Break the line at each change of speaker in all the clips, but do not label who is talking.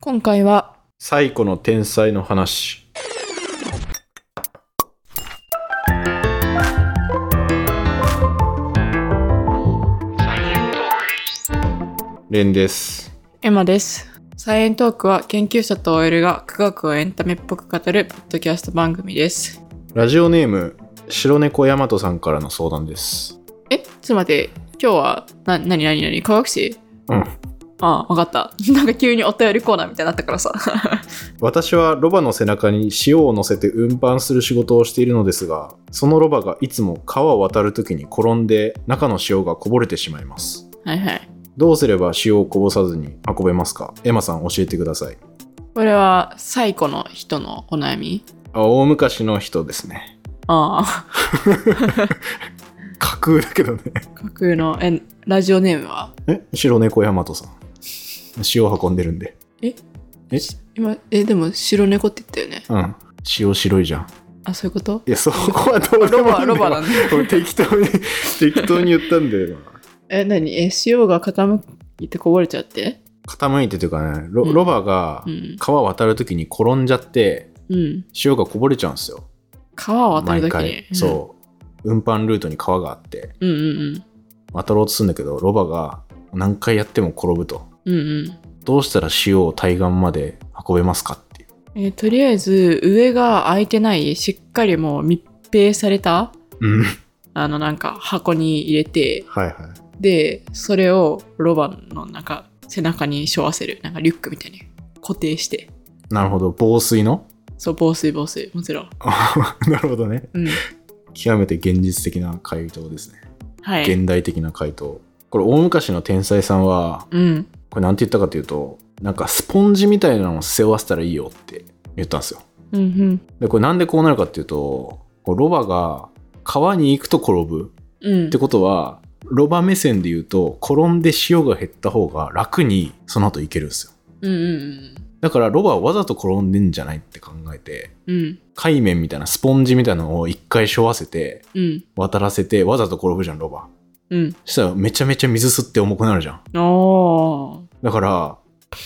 今回は、
最古の天才の話。レンです。
エマです。サイエントークは研究者と OL が科学をエンタメっぽく語るポッドキャスト番組です。
ラジオネーム、白猫大和さんからの相談です。
え、ちょっと待って、今日は、な、なになになに科学誌
うん。
ああ、わかった。 なんか急にお便りコーナーみたいになったからさ。
私はロバの背中に塩を乗せて運搬する仕事をしているのですが、そのロバがいつも川を渡る時に転んで中の塩がこぼれてしまいます。
はいはい。
どうすれば塩をこぼさずに運べますかエマさん教えてください。
これは、最古の人のお悩み
あ、大昔の人ですね。
あ
架空だけどね。
あ、架空の、え、ラジオネームは
え白猫大和さん。塩運んでるんで。
今、え、でも白猫って言ったよね。
うん。塩白いじゃん。
あ、そういうこと
いや、そこはどうでもい
ロバ、
い
ロバなんん
だ
だ。
よ。俺適当 に、適当に言ったんだよ。
え、なにえ、塩が傾いてこぼれちゃって
傾いてというかね、ロ,、
うん
ロバが
うん。
川渡るときに転んじゃって、
うん。
塩がこぼれちゃうんですよ。
川を渡る
毎
だけ
回
に。。
そう。運搬ルートに川があって、
うん。うんうん
渡ろうとするんだけど、ロバが何回やっても転ぶと。
うん。うんうん。
どうしたら塩を対岸まで運べますかっていう。
えーとりあえず、上が開いてない、しっかりもう密閉された、
うん。
あのなんか箱に入れて、
はいはい。
で、それをロバのなんか背中に背負わせる、なんかリュックみたいに固定して。
なるほど。防水の
そう、防水防水、もちろん。
なるほどね。
うん。
極めて現実的な回答ですね。
はい。
現代的な回答。これ、大昔の天才さんは、
うん。
これなんて言ったかというと、なんかスポンジみたいなのを背負わせたらいいよって言ったんですよ。
うんうん。
で、これなんでこうなるかっていうと、こうロバが川に行くと転ぶ
うん
って。ことは、ロバ目線で言うと、転んで塩が減った方が楽にその後行けるんですよ。
うんうん
だからロバはわざと転んでんじゃないって考えて、
うん。うん。
海綿みたいなスポンジみたいなのを一回背負わせて、
うん。
渡らせて、わざと転ぶじゃん、ロバ。
うん。
そしたらめちゃめちゃ水吸って重くなるじゃん。
おー。
だから、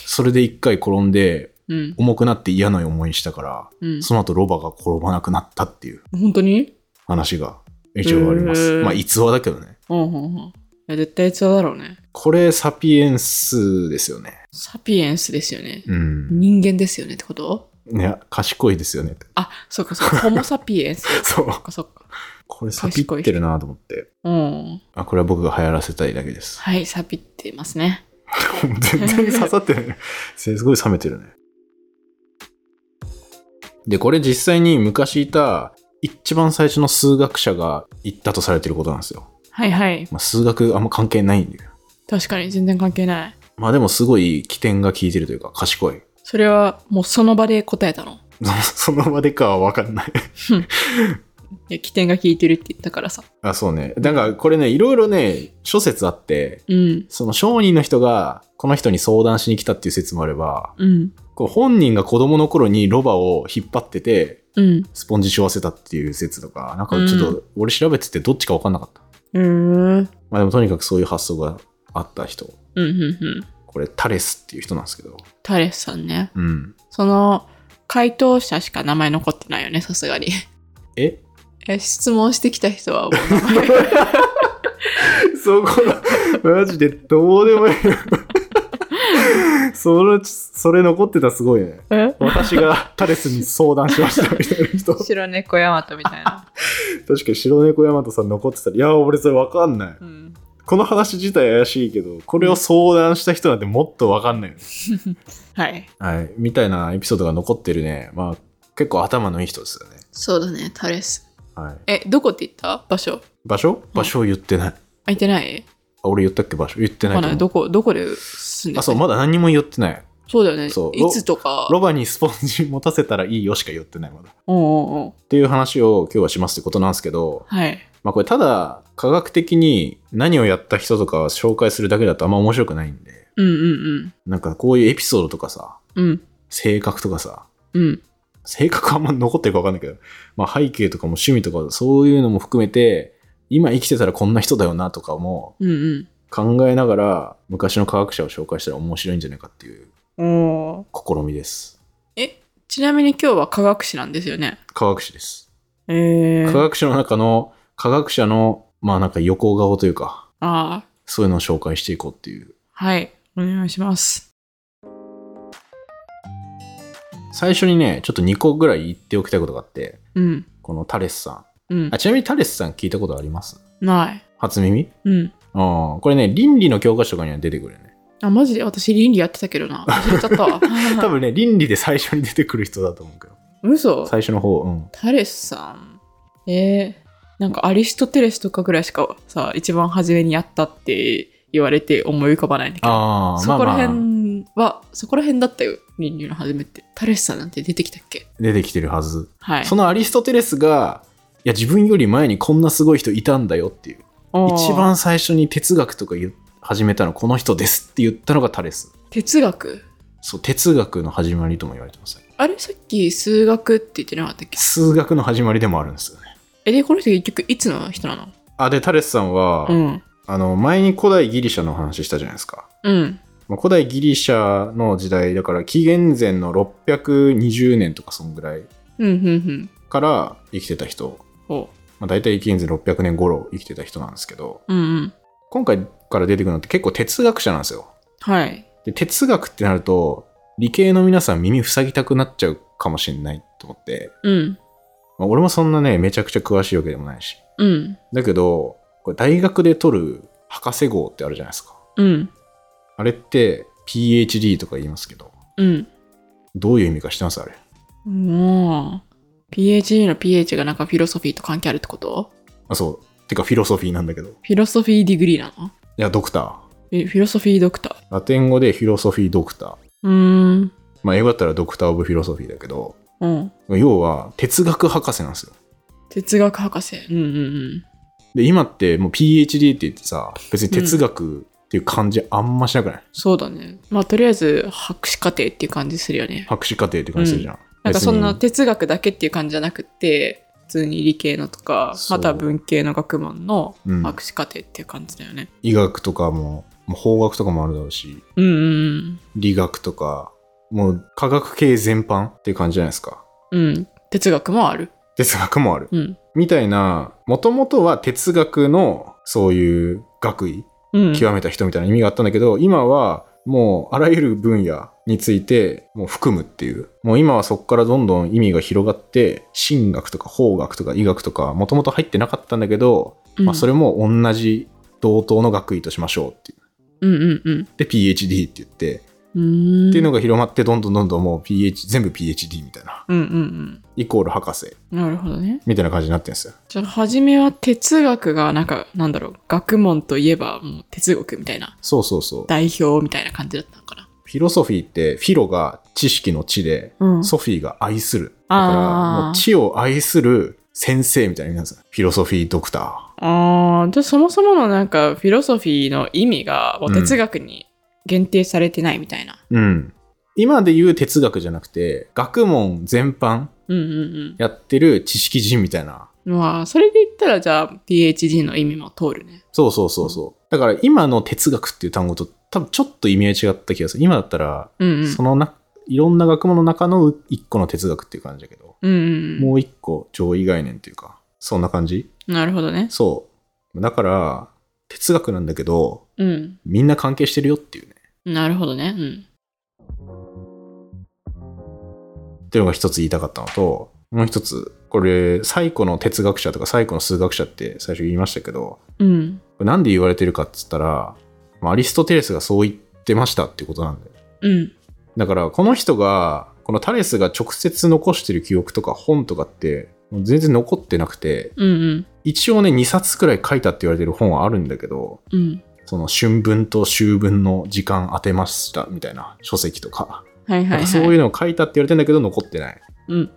それで一回転んで、
うん。
重くなって嫌な思いしたから、
うん。
その後ロバが転ばなくなったっていう
本当に
話が一応ありま
へ
す。
ー
まあ、逸話だけどね。
うんうんうん。いや、絶対そうだろうね。
これ、サピエンスですよね。
サピエンスですよね。
うん。
人間ですよねってこと
ね、賢いですよね。
あ、そっかそ っか。ホモサピエンス。
そ
そ
う。
っかそっか。
これ、サピってるなと思って。
うん。
あ、これは僕が流行らせたいだけです。
はい、サピってますね。
全然刺さってない。 すごい冷めてるね。で、これ実際に昔いた一番最初の数学者が言ったとされてることなんですよ。
はいはい。
まあ、数学あんま関係ないんだよ。
確かに全然関係ない。
まあでもすごい起点が効いてるというか賢い。
それはもうその場で答えたの。
その場でかは分かんない。
いや、起点が効いてるって言ったからさ。
あ、そうね。だからこれね、いろいろね、諸説あって、
うん。
その商人の人がこの人に相談しに来たっていう説もあれば、
うん。
こう本人が子供の頃にロバを引っ張ってて、
うん。
スポンジし合わせたっていう説とか、なんかちょっと俺調べててどっちか分かんなかった。
うーん。
まあでもとにかくそういう発想があった人。
うん。うん。うん。
これタレスっていう人なんですけど。
タレスさんね。
うん。
その、回答者しか名前残ってないよね、さすがに。
え
え、質問してきた人はもう名前
そこだ。マジでどうでもいい。それ、それ残ってたすごいね。
え
私がタレスに相談しましたみたいな人。確
白猫ヤマトみたいな。
かに白猫大和さん残ってたら、いや、俺それ分かんない。
うん。
この話自体怪しいけど、これを相談した人なんてもっと分かんないよね
はい。
はい、みたいなエピソードが残ってるね。まあ、結構頭のいい人ですよね。
そうだね、タレス。
はい、
え、どこって言った場所
場所場所言ってない。あ
空いてない
俺言ったっけ場所言ってな
わか
い
ん
と
ない。
思
ど
う。
こ、どこで住んでる
あ、そう、まだ何も言ってない。
そうだよね。
そう
いつとか。
ロバにスポンジ持たせたらいいよしか言ってない、まだ。っ
うんうんうん。
ていう話を今日はしますってことなんですけど、
はい。
まあこれただ科学的に何をやった人とか紹介するだけだとあんま面白くないんで、
うんうん
なんかこういうエピソードとかさ、
うん。うん。
性格とかさ、
うん。
性格あんま残ってるか分かんないけど、まあ、背景とかも趣味とかそういうのも含めて今生きてたらこんな人だよなとかも
うんうん。
考えながら昔の科学者を紹介したら面白いんじゃないかっていう
おおー。
試みです。
ちなみに今日は科学史なんですよね。
科学史です。
ええ
科学史の中の科学者の、まあなんか横顔というか、
ああ、
そういうのを紹介していこうっていう。
はい。お願いします。
最初にね、ちょっと2個ぐらい言っておきたいことがあって、
うん。
このタレスさ
うん
ん。あ、。ちなみにタレスさん聞いたことあります
ない。
初耳
うん。
ああ、これね、倫理の教科書とかには出てくるよね。
あ、マジで私倫理やってたけどな。忘れちゃったわ。
多分ね、倫理で最初に出てくる人だと思うけど。
嘘
最初の方、うん。
タレスさん。えー、なんかアリストテレスとかぐらいしかさ、一番初めにやったって言われて思い浮かばないんだけど。
ああ、
そこら
まあまあ、
辺は、そこら辺だったよ。人流の初めって。タレスさんなんて出てきたっけ
出てきてるはず。
はい。
そのアリストテレスが、いや、自分より前にこんなすごい人いたんだよっていう。
おー
一番最初に哲学とか言う始めたのこの人ですって言ったのがタレス。
哲学
そう、哲学の始まりとも言われてます、ね。
あれさっき数学って言ってなかったっけ
数学の始まりでもあるんですよね。
え、で、この人結局いつの人なの
あ、で、タレスさんは、
うん。
あの、前に古代ギリシャの話したじゃないですか。
うん。
まあ古代ギリシャの時代だから紀元前の620年とかそんぐらい
うん、うん、うん。
から生きてた人、
ほ
まあ、大体紀元前600年頃生きてた人なんですけど
う。うん、うん。
今回から出てくるのって結構哲学者なんですよ
はい。
で哲学ってなると理系の皆さん耳塞ぎたくなっちゃうかもしれないと思って、
うん。
まあ、俺もそんなねめちゃくちゃ詳しいわけでもないし
うん。
だけどこれ大学で取る博士号ってあるじゃないですか
うん。
あれって PhD とか言いますけど
うん。
どういう意味か知ってますあれ
もう、PhD の PH がなんかフィロソフィーと関係あるってこと
あそうてかフィロソフィーなんだけどい
フィロソフィーディグリーなの
やドクター
えフィロソフィードクター。
ラテン語でフィロソフィードクター
うーん。
まあ英語だったらドクター・オブ・フィロソフィーだけど
うん。
要は哲学博士なんですよ
哲学博士。うんうん
で今ってもう PhD って言ってさ別に哲学っていう感じあんましなくない、
そうだね。まあ、とりあえず、博士課程っていう感じするよね。
博士課程って感じするじゃん、
なんか
別
そ
に
んな哲学だけっていう感じじゃなくて、普通に理系のとか、
そう
また文系の学問の
うん
博士課程っていう感じだよね。
医学とかももう法学とかもあるだろうし
うんうん
理学とかもう科学系全般っていう感じじゃないですか
うん。うん。哲学もある。
哲学もある
うん。
みたいなもともとは哲学のそういう学位
うん。
極めた人みたいな意味があったんだけど、今はもうあらゆる分野についてもう含むっていうもう今はそこからどんどん意味が広がって神学とか法学とか医学とかもともと入ってなかったんだけど、まあ、それも同じ同等の学位としましょうっていう
うんうんうん。
で PhD って言って、っ
うん。
ていうの
が。
が広まってどんどんどんどんもう PH 全部 PhD みたいな
うんうん
イコール博士
うん。なるほどね。
みたいな感じになってるんですよ
じゃあ、初めは哲学が、なんか、なんだろう、学問といえば、もう哲学みたいな、
そうそうそう
代表みたいな感じだったのかな。
フィロソフィーってフィロが知識の知で
うん
ソフィーが愛する。だ
あー
から、もう知を愛する先生みたいな意味なんですよ。フィロソフィードクタ
ああ、じゃあそもそものなんかフィロソフィーの意味がもう哲学に限定されてないみたいな。
ー。うん。今で言う哲学じゃなくて、学問全般
うんうん
やってる知識人みたいな。
うん。まあ、それで言ったらじゃあ PhD の意味も通るね。
そうそうそうそう。だから今の哲学っていう単語と多分ちょっと意味合い違った気がする。今だったら、
うんうん。
そのないろんな学問の中の一個の哲学っていう感じだけど、
うんうん
もう一個上位概念というか、そんな感じ
うん。なるほどね。
そう。だから、哲学なんだけど、
うん。
みんな関係してるよっていうね。
なるほどね。うん。
っていうのが一つ言いたかったのと、もう一つ、これ、最古の哲学者とか最古の数学者って最初言いましたけど、
うん。
これなんで言われてるかっつったら、まあアリストテレスがそう言ってましたっていうことなんで。
うん。
だから、この人が、このタレスが直接残してる記憶とか本とかって、もう全然残ってなくて、
うんうん。
一応ね、2冊くらい書いたって言われてる本はあるんだけど、
うん。
その春分と秋分の時間当てましたみたいな書籍とか、
はいはい
なん
はい。
かそういうのを書いたって言われてんだけど残ってない。
うん。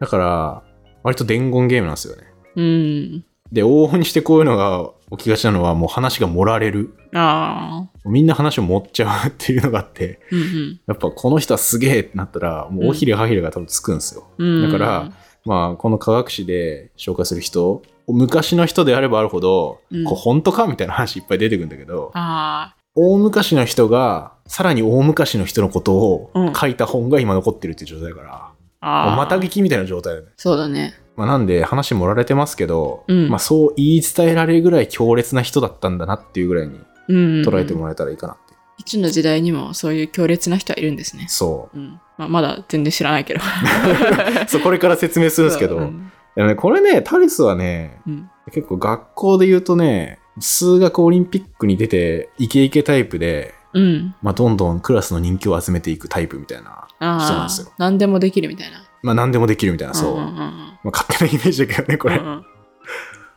だから、割と伝言ゲームなんですよね。
うん。
で、往々にしてこういうのが起きがちなのは、もう話が盛られる。
ああ。
みんな話を盛っちゃうっていうのがあって、
うん
やっぱこの人はすげえってなったら、もうおひれはひれが多分つくんですよ。
うん。うん
だから、まあ、この科学誌で紹介する人、昔の人であればあるほど、
うん
こう本当かみたいな話いっぱい出てくるんだけど、
ああ。
大昔の人が、さらに大昔の人のことを
うん
書いた本が今残ってるっていう状態だから、
あ
も
あ。
うまた聞きみたいな状態だね。
そうだね。
まあ、なんで話盛られてますけど、
うん
まあ、そう言い伝えられるぐらい強烈な人だったんだなっていうぐらいに
うん。
捉えても
ら
らえたらいいかなって。
う。いつの時代にもそういう強烈な人はいるんですね。
そ
うん。まあ、まだ全然知らない けど。
う。 そう、これから説明するんですけど、
うん。
でもね、これね、タリスはね、
うん
結構学校で言うとね、数学オリンピックに出てイケイケタイプで、
うん。
まあ、どんどんクラスの人気を集めていくタイプみたいな。そうな
あ
んですよ
あ。何でもできるみたいな。
まあ、何でもできるみたいな、そう。
んんん
まあ、勝手なイメージだけどね、これ
う。ん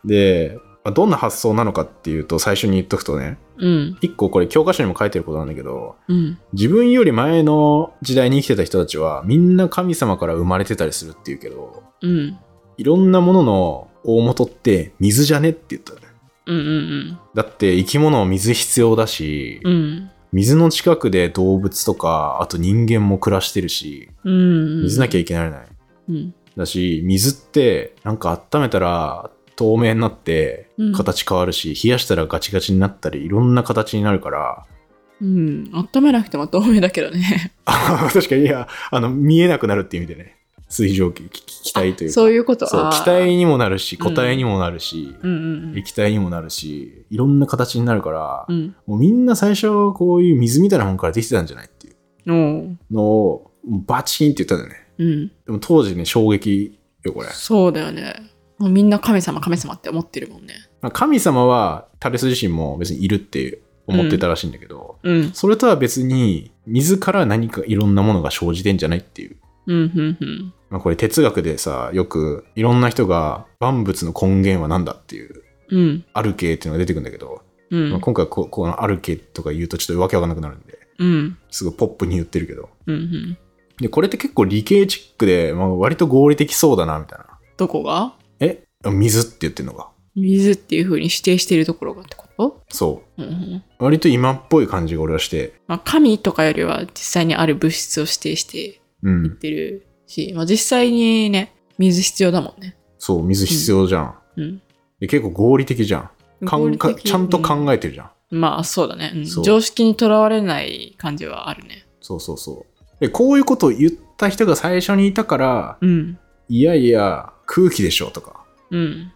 で、まあ、どんな発想なのかっていうと、最初に言っとくとね、
うん。
一個これ教科書にも書いてることなんだけど、
うん。
自分より前の時代に生きてた人たちは、みんな神様から生まれてたりするっていうけど、
うん。
いろんなものの大元って水じゃねって言ったね。
うんうん
だって生き物は水必要だし、
うん。うん。
水の近くで動物とかあと人間も暮らしてるし
うん。
水なきゃ
ゃ。
いけられない、
うん。
だし水ってなんか温めたら透明になって
うん
形変わるし、冷やしたらガチガチになったりいろんな形になるから
うん。温めなくても透明だけどね。
あ確かにいやあの見えなくなるっていう意味でね水蒸気気気体というか
そういうこと。
そう
あー
気体。にもなるし
うん
固体にもなるし、
うんうんうん
液体にもなるしいろんな形になるから、
うん。
もうみんな最初こういう水みたいなもんからできてたんじゃないっていう
おう
のをバチンって言ったんだよね
うん。
でも当時ね衝撃よこれ、
そうだよね。もうみんな神様神様って思ってるもんね。
まあ神様はタレス自身も別にいるって思ってたらしいんだけど、
うん。
それとは別に水から何かいろんなものが生じてんじゃないっていう、
うんうんうん。
まあ、これ哲学でさよくいろんな人が万物の根源は何だっていう
うん。
ある系っていうのが出てくるんだけど、
うん。
まあ、今回ここのある系とか言うとちょっとわけわかんなくなるんで
うん。
すごいポップに言ってるけど
うんうん。
でこれって結構理系チックで、まあ、割と合理的そうだなみたいな
どこが
え水って言ってるのが
水っていう風に指定しているところがってこと
そう
うんうん。
割と今っぽい感じが俺はして、
まあ神とかよりは実際にある物質を指定して
う
言っ
ん、
てるし、まあ実際にね、水必要だもんね。
そう、水必要じゃん。
うん。
で結構合理的じゃん。か
合
ん
理
か
的
ちゃんと
うん
考えてるじゃん。
まあそうだね、うん
そう
常識にとらわれない感じはあるね。
そうそうそう。で、こういうことを言った人が最初にいたから、
うん。
いやいや、空気でしょとか、
うん。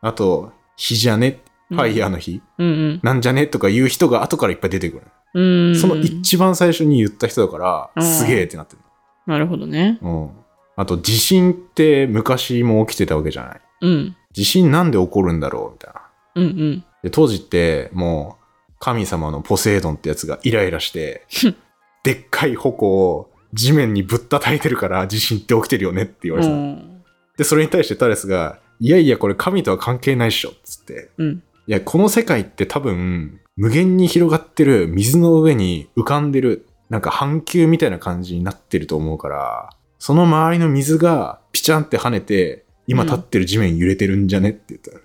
あと、火じゃね、
う
フ
ん
ァイヤーの火、
うん
なんじゃねとか言う人が後からいっぱい出てくる。
うん。うん。
その一番最初に言った人だから、
うん
すげえってなってる。
なるほどね。
うん。あと、地震って昔も起きてたわけじゃない。
うん。
地震なんで起こるんだろうみたいな。
うんうん。
で当時ってもう神様のポセイドンってやつがイライラして でっかい矛を地面にぶったたいてるから地震って起きてるよねって言われてた、
うん
でそれに対してタレスが「いやいやこれ神とは関係ないっしょ」っつって
うん。
「いやこの世界って多分無限に広がってる水の上に浮かんでるなんか半球みたいな感じになってると思うからその周りの水がピチャンって跳ねて今立ってる地面揺れてるんじゃね?」って言ったら、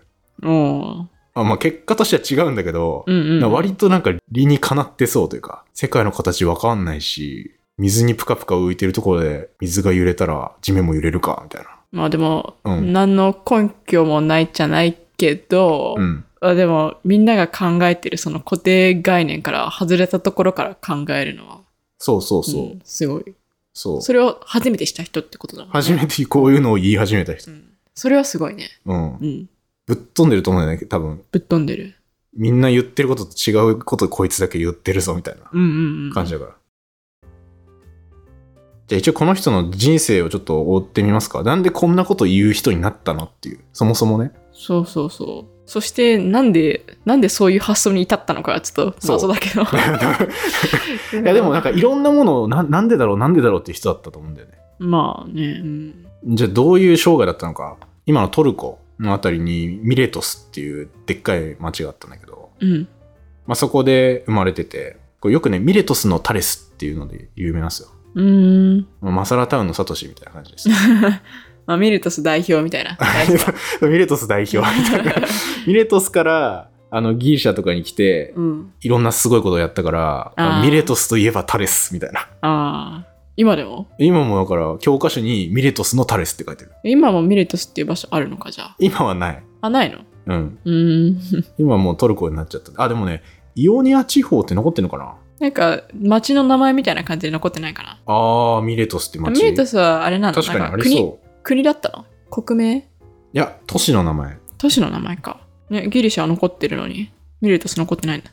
うん。
あまあ、結果としては違うんだけど、
うんうんうん
な割となんか理にかなってそうというか、世界の形わかんないし、水にぷかぷか浮いてるところで水が揺れたら地面も揺れるか、みたいな。
まあでも、
うん
何の根拠もないじゃないけど、
うん。
あでもみんなが考えてるその固定概念から外れたところから考えるのは、
そうそうそう。
うんすごい。
そう。
それを初めてした人ってことだもんね。
初めてこういうのを言い始めた人。
うんそれはすごいね。
うん。
うん。
ぶっ飛んでると思うんだよね、多分。
ぶっ飛んでる。
みんな言ってることと違うことこいつだけ言ってるぞ、みたいな
うんうんうん。
感じだから。じゃあ一応この人の人生をちょっと追ってみますか。なんでこんなこと言う人になったのっていう。そもそもね。
そうそうそう。そしてなんで、なんでそういう発想に至ったのかはちょっと
そう
謎だけど。
いやでもなんかいろんなものをななんでだろうなんでだろうっていう人だったと思うんだよね。
まあね、うん。
じゃあどういう生涯だったのか今のトルコのあたりにミレトスっていうでっかい町があったんだけど、
うん。
まあ、そこで生まれててこれよくねミレトスのタレスっていうので有名なんですよ。
うーん。
まあマサラタウンのサトシみたいな感 じです。
まあ、ミルトス代表みた いな。
ミレトス代 表みたいな。ミレトスからあのギリシャとかに来て
うん。
いろんなすごいことをやったから
あー
ミレトスといえばタレスみたいな。
ああ。今でも
今もだから教科書にミレトスのタレスって書いてる。
今もミルトスっていう場所あるのか、じゃあ。
今はない。
あ、ないの
うん。
うーん。
今もうトルコになっちゃった。あ、でもね、イオニア地方って残ってんのかな
なんか、町の名前みたいな感じで残ってないかな。
あー、ミレトスって町。
ミレトスはあれなの
確かに
なん
ありそう。
国だったの国名
いや、都市の名前。
都市の名前か。ね、ギリシャは残ってるのに、ミレトス残ってないんだ。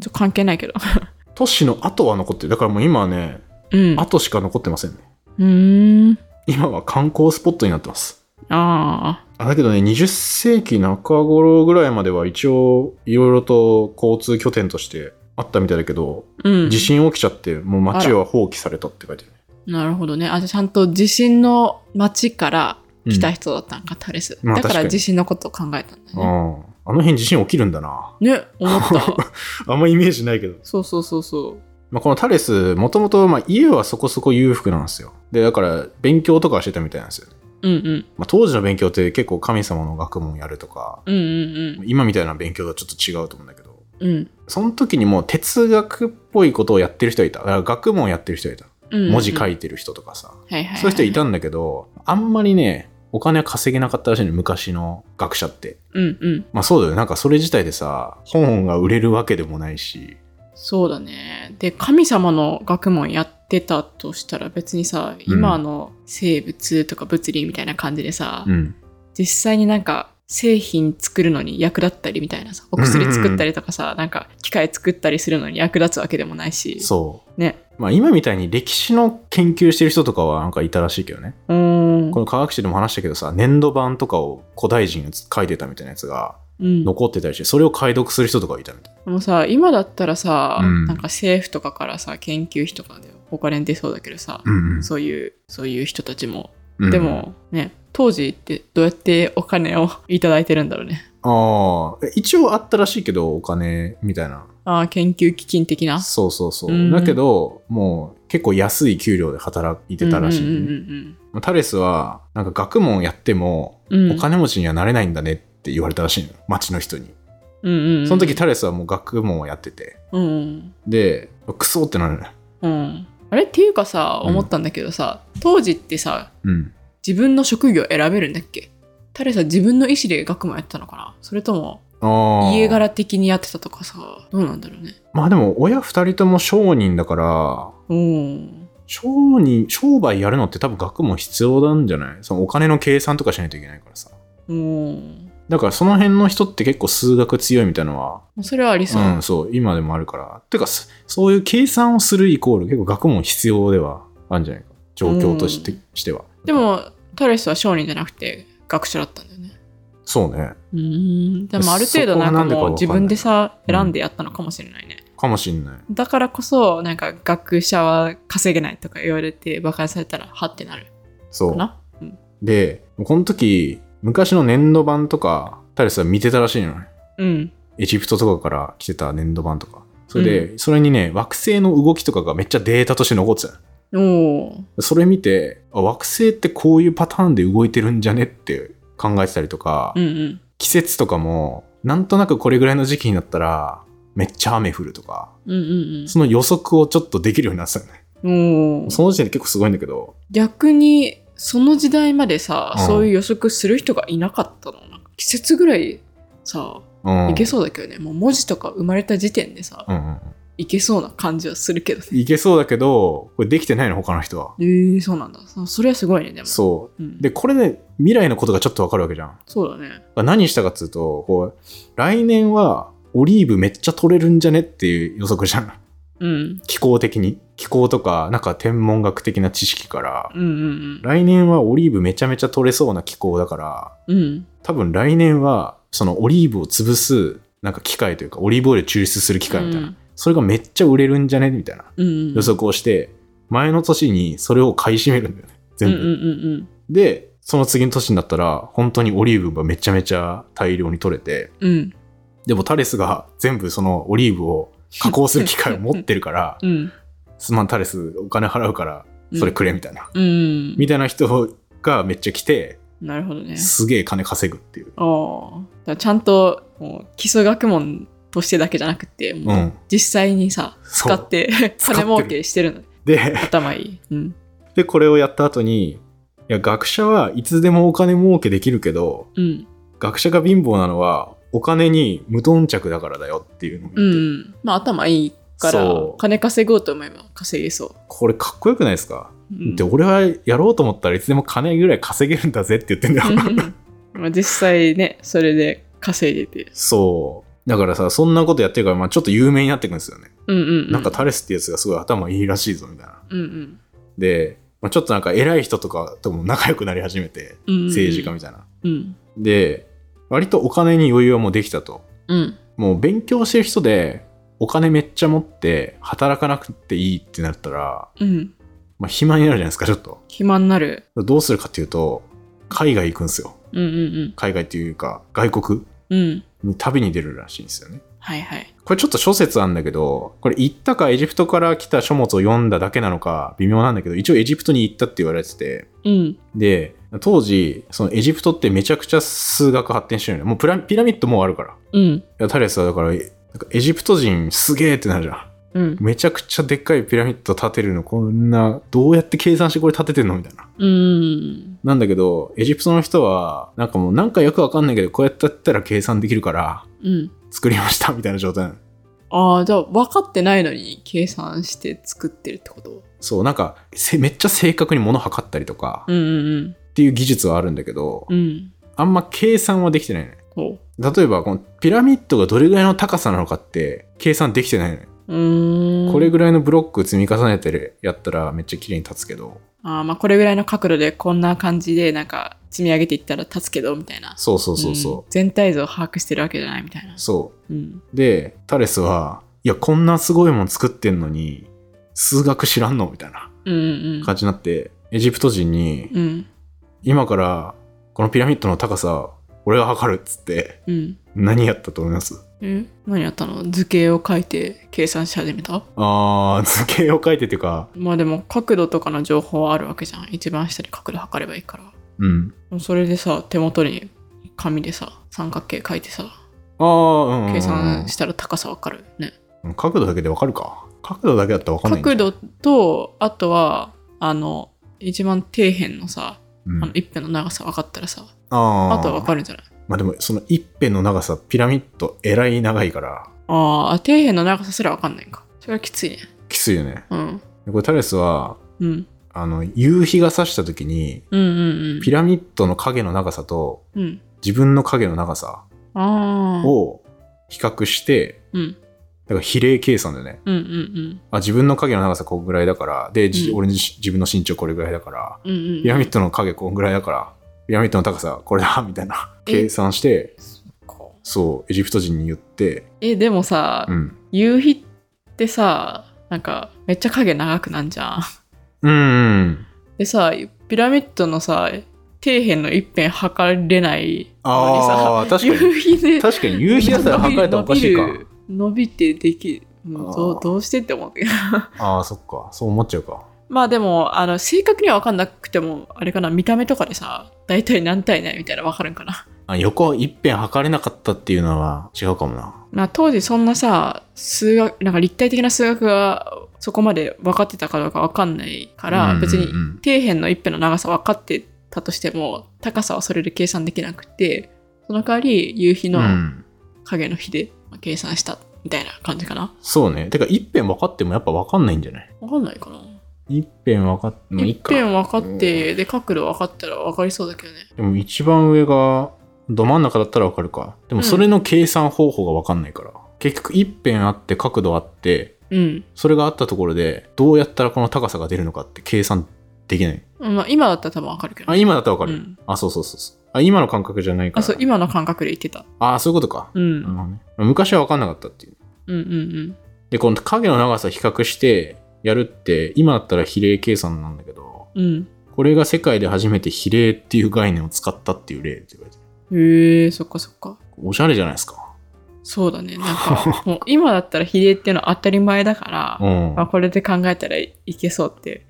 ちょ関係ないけど。
都市の後は残ってる。だからもう今はね、
うん。う
後しか残ってませんね。
ーん。
今は観光スポットになってます。
あ
あだけどね、20世紀中頃ぐらいまでは一応、いろいろと交通拠点としてあったみたいだけど、
あ。うん。
地震起きちゃって、もう街は放棄されたって書いてあるね。
なるほどね。あ、じゃあちゃんと地震の町から
うん
来た人だったんか、タレス。
まあ
だか
確からに
地震のことを考えたんだ
う
ね。
ん。あの辺地震起きるんだな。
ね、思った。
あんまイメージないけど。
そうそうそうそう。
まあ、このタレス、もともとまあ家はそこそこ裕福なんですよ。で、だから勉強とかはしてたみたいなんですよ。
うんうん。
まあ、当時の勉強って結構神様の学問やるとか、
うんうん
今みたいな勉強とはちょっと違うと思うんだけど、
うん。うん。
その時にもう哲学っぽいことをやってる人はいた。だから学問やってる人はいた。
うんうん
文字書
はい
いてる人とかさ。
はいはい。
そういう人いたんだけど、あんまりね、お金は稼げなかったらしいね、昔の学者って。
うんうん。
まあそうだよ。なんかそれ自体でさ、本が売れるわけでもないし。
そうだね。で、神様の学問やってたとしたら別にさ、今の生物とか物理みたいな感じでさ、
うん。
実際になんか製品作るのに役立ったりみたいなさ、お薬作ったりとかさ、なんか機械作ったりするのに役立つわけでもないし、
そう。
ね。
まあ今みたいに歴史の研究してる人とかはなんかいたらしいけどね。
うーん
こ。の科学史でも話したけどさ、粘土板とかを古代人が書いてたみたいなやつが
うん、
残ってたりして、それを解読する人とかいたみたい。
でもさ、今だったらさ、
うん
なんか政府とかからさ、研究費とかでお金出そうだけどさ、
うん
そういう、そういう人たちも。
うん
で。もね、当時ってどうやってお金をいただいてるんだろうね。
ああ、え一応あったらしいけど、お金みたいな。
ああ、研究基金的な。
そうそうそ
う
う。
ん
だけど、もう結構安い給料で働いてたらしい、ね
うんうん
まあタレスは、なんか学問やっても、
うんうん。
お金持ちにはなれないんだねって言われたらしいのよ。町の人に。
うんうんうん。
その時タレスはもう学問をやってて。
うんうん。
で、クソってなるね。
うん。あれっていうかさ、
うん
思ったんだけどさ、当時ってさ、
うん。
自分の職業選べるんだっけタレさ、自分の意思で学問やってたのかなそれとも、
ああ。
家柄的にやってたとかさ、どうなんだろうね。
まあでも、親二人とも商人だか
う
ら、
ん。
商人、商売やるのって多分学問必要なんじゃないそのお金の計算とかしないといけないからさ。
うん。
だからその辺の人って結構数学強いみたいなのは、
それはありそう。
うん、そう、今でもあるから。てか、そそういう計算をするイコール結構学問必要ではあるんじゃないか。状況として,、
うん
しては。
で、も、タレスは商人じゃなくて学者だったんだよね。
そうね。
うーん。でもある程度なんか
そこがなんでか
も
わか
うん
ない
自分でさ、選んでやったのかもしれないね。
かもしんない。
だからこそ、なんか学者は稼げないとか言われて馬鹿にされたら、はってなる
そ
か
う。
な。
で、この時、昔の粘土板とか、タレスは見てたらしいのね。
うん。
エジプトとかから来てた粘土板とか。それで、それにね、惑星の動きとかがめっちゃデータとして残ってたの
おお。
それ見て、あ惑星ってこういうパターンで動いてるんじゃねって考えてたりとか、
うんうん。
季節とかも、なんとなくこれぐらいの時期になったら、めっちゃ雨降るとか、
うんうん
その予測をちょっとできるようになってたよね。
うん。おお。
その時点で結構すごいんだけど、
逆に、その時代までさ、
うん
そういう予測する人がいなかったの。なんか季節ぐらいさ、
うん。
いけそうだけどね。もう文字とか生まれた時点でさ、
うんうんうん。
いけそうな感じはするけどね。
いけそうだけど、これできてないの、他の人は。
えー、そうなんだ。そそれはすごいね、でも。
そうう。
ん
で、これね、未来のことがちょっとわかるわけじゃん。
そうだね。
何したかっつうと、こう、来年はオリーブめっちゃ取れるんじゃねっていう予測じゃん。
うん。
気候的に。気候とか、なんか天文学的な知識から、
うんうん
来年はオリーブめちゃめちゃ取れそうな気候だから、
うん。うん。
多分来年は、そのオリーブを潰す、なんか機械というか、オリーブオイル抽出する機械みたいな。
うん
それがめっちゃ売れるんじゃねみたいな
うんうん。
予測をして、前の年にそれを買い占めるんだよね。全部。
うんうんうんうん。
で、その次の年になったら、本当にオリーブがめちゃめちゃ大量に取れて、
うん。
でもタレスが全部そのオリーブを加工する機械を持ってるから
う、ん。
すまんタレスお金払うからそれくれみたいな、
うん。
みたいな人がめっちゃ来て、
なるほどね。
すげえ金稼ぐっていう。
ああ。だからちゃんともう基礎学問としてだけじゃなくて、
う。
もうん実際にさ、
そ
使
う
って 金儲けしてるの。
で、
頭いい。うん。
で、これをやった後に、いや、学者はいつでもお金儲けできるけど、
うん。
学者が貧乏なのはお金に無頓着だからだよっていうのを
う
言って、
ん。まあ頭いいから
そ、う
金稼ごうと思えば稼げそ
これかっこよくないですか、
う。うん
で俺はやろうと思ったらいつでも金ぐらい稼げるんだぜって言ってんだよ、
まあ実際ね、それで稼いでて。
そうだからさそんなことやってるから、まあ、ちょっと有名になってくんですよね、
うんうんうん。
なんかタレスってやつがすごい頭いいらしいぞみたいな
うんうん、
で、まあ、ちょっとなんか偉い人とかとも仲良くなり始めて
うんうんうん
政治家みたいな、
うん。
で割とお金に余裕はもうできたと
うん。
もう勉強してる人でお金めっちゃ持って働かなくていいってなったら、
うん。
まあ、暇になるじゃないですかちょっと
暇になる。
どうするかっていうと海外行くんですよ
うんうん
海外というか外国
うん。うん。
に旅に出るらしいんですよね
はいはい。
これちょっと諸説あるんだけどこれ行ったかエジプトから来た書物を読んだだけなのか微妙なんだけど一応エジプトに行ったって言われてて
うん。
で当時そのエジプトってめちゃくちゃ数学発展してるよねもうプラピラミッドもうあるからい
うん。
やタレスはだからえなんかエジプト人すげえってなるじゃん
うん。
めちゃくちゃでっかいピラミッド建てるのこんなどうやって計算してこれ建ててんのみたいな
うん。
なんだけどエジプトの人はなんかもうなんかよくわかんないけどこうやってやったら計算できるから
うん。
作りましたみたいな状態なの
ああ、じゃあ分かってないのに計算して作ってるってこと
そうなんかせめっちゃ正確に物測ったりとか
うんうん
っていう技術はあるんだけど、
うん。うん。
あんま計算はできてないね
ほ
例えばこのピラミッドがどれぐらいの高さなのかって計算できてないのよ、
う。うーん。
これ
ぐ
ぐらいのブロック積み重ねてやったらめっちゃ綺麗に立つけど
あーまあこれぐらいの角度でこんな感じでなんか積み上げていったら立つけどみたいな。
そうそうそうそう
うん、全体像を把握してるわけじゃないみたいな。
そ
うん。
うでタレスはいやこんなすごいもん作ってんのに数学知らんのみたいな
うんうん
感じになってエジプト人に
うん。うん。
今からこのピラミッドの高さ俺が測るっつって
うん。
何やったと思います
え何やったの図形を書いて計算し始めた
あー図形を書いてっていうか
まあでも角度とかの情報はあるわけじゃん。一番下で角度測ればいいから。
うん
もうそれでさ、手元に紙でさ、三角形書いてさ、
ああうん
計算したら高さわかるね。
うん角度だけでわかるか角度だけだったらわかんないんじゃ
角
ない
度と、あとは、あの、一番底辺のさ、
うん
あの一辺の長さ分かったらさ、
あ
あとは分か
る。
るんじゃない
まあでも、その一辺の長さ、ピラミッド、えらい長いから、
ああ、底辺の長さすら分かんないんか。それはきついね。
きついよね。
うん。
これ、タレスは、
うん。
あの、夕日が差した時に、
うんうん
ピラミッドの影の長さと、
うん。うん。
自分の影の長さ
ああ。
を比較して、
うん。
だから比例計算だよね。
うんうんうん。
あ、自分の影の長さこんぐらいだから、で、じ
うん
俺のし自分の身長これぐらいだから、
うんうんうん。
ピラミッドの影こんぐらいだから、ピラミッドの高さこれだ、みたいな計算して、
こう
そう、エジプト人に言って、
え、でもさ、
うん。
夕日ってさ、なんか、めっちゃ影長くなんじゃん。
うん、うん。
でさ、ピラミッドのさ、底辺の一辺測れないのにさ、
ああ、確かに。
夕日で
確かに夕日だったら測れたらおかしいか
伸びる伸びてできるもうど
あ
う
ー
どうしてって思うけど
ああそっかそう思っちゃうか
まあでもあの正確には分かんなくてもあれかな見た目とかでさ大体何対何みたいなの分かるんかな、
あ横一辺測れなかったっていうのは違うかもな
まあ、当時そんなさ数学なんか立体的な数学がそこまで分かってたかどうか分かんないから、
うんうんうん
別に底辺の一辺の長さ分かってたとしても高さはそれで計算できなくてその代わり夕日
う
の
ん
影の比でまあ計算したみたいな感じかな
そうねてか一辺分かってもやっぱ分かんないんじゃない
分かんないかな
一辺分かってもいい
一
か
辺分かって、で角度分かったら分かりそうだけどね
でも一番上がど真ん中だったら分かるかでもそれの計算方法が分かんないから、結局一辺あって角度あって
うん
それがあったところでどうやったらこの高さが出るのかって計算できない
まあ今だったら多分分かるけど
あ今だったら分か
う
る、
ん
あそうそうそうそうあ今の感覚じゃないから
あそう今の感覚で言ってた、
ああそういうことか、
うん、う
なる
ん
ほどね昔は分かんなかったっていう
うんうん
で、この影の長さ比較してやるって、今だったら比例計算なんだけど、
うん
これが世界で初めて比例っていう概念を使ったっていう例って言われてる。
へえそっかそっか
おしゃれじゃないですか。
そうだねなんかもう今だったら比例っていうのは当たり前だから、
うん
まあ、。これで考えたらいけそうって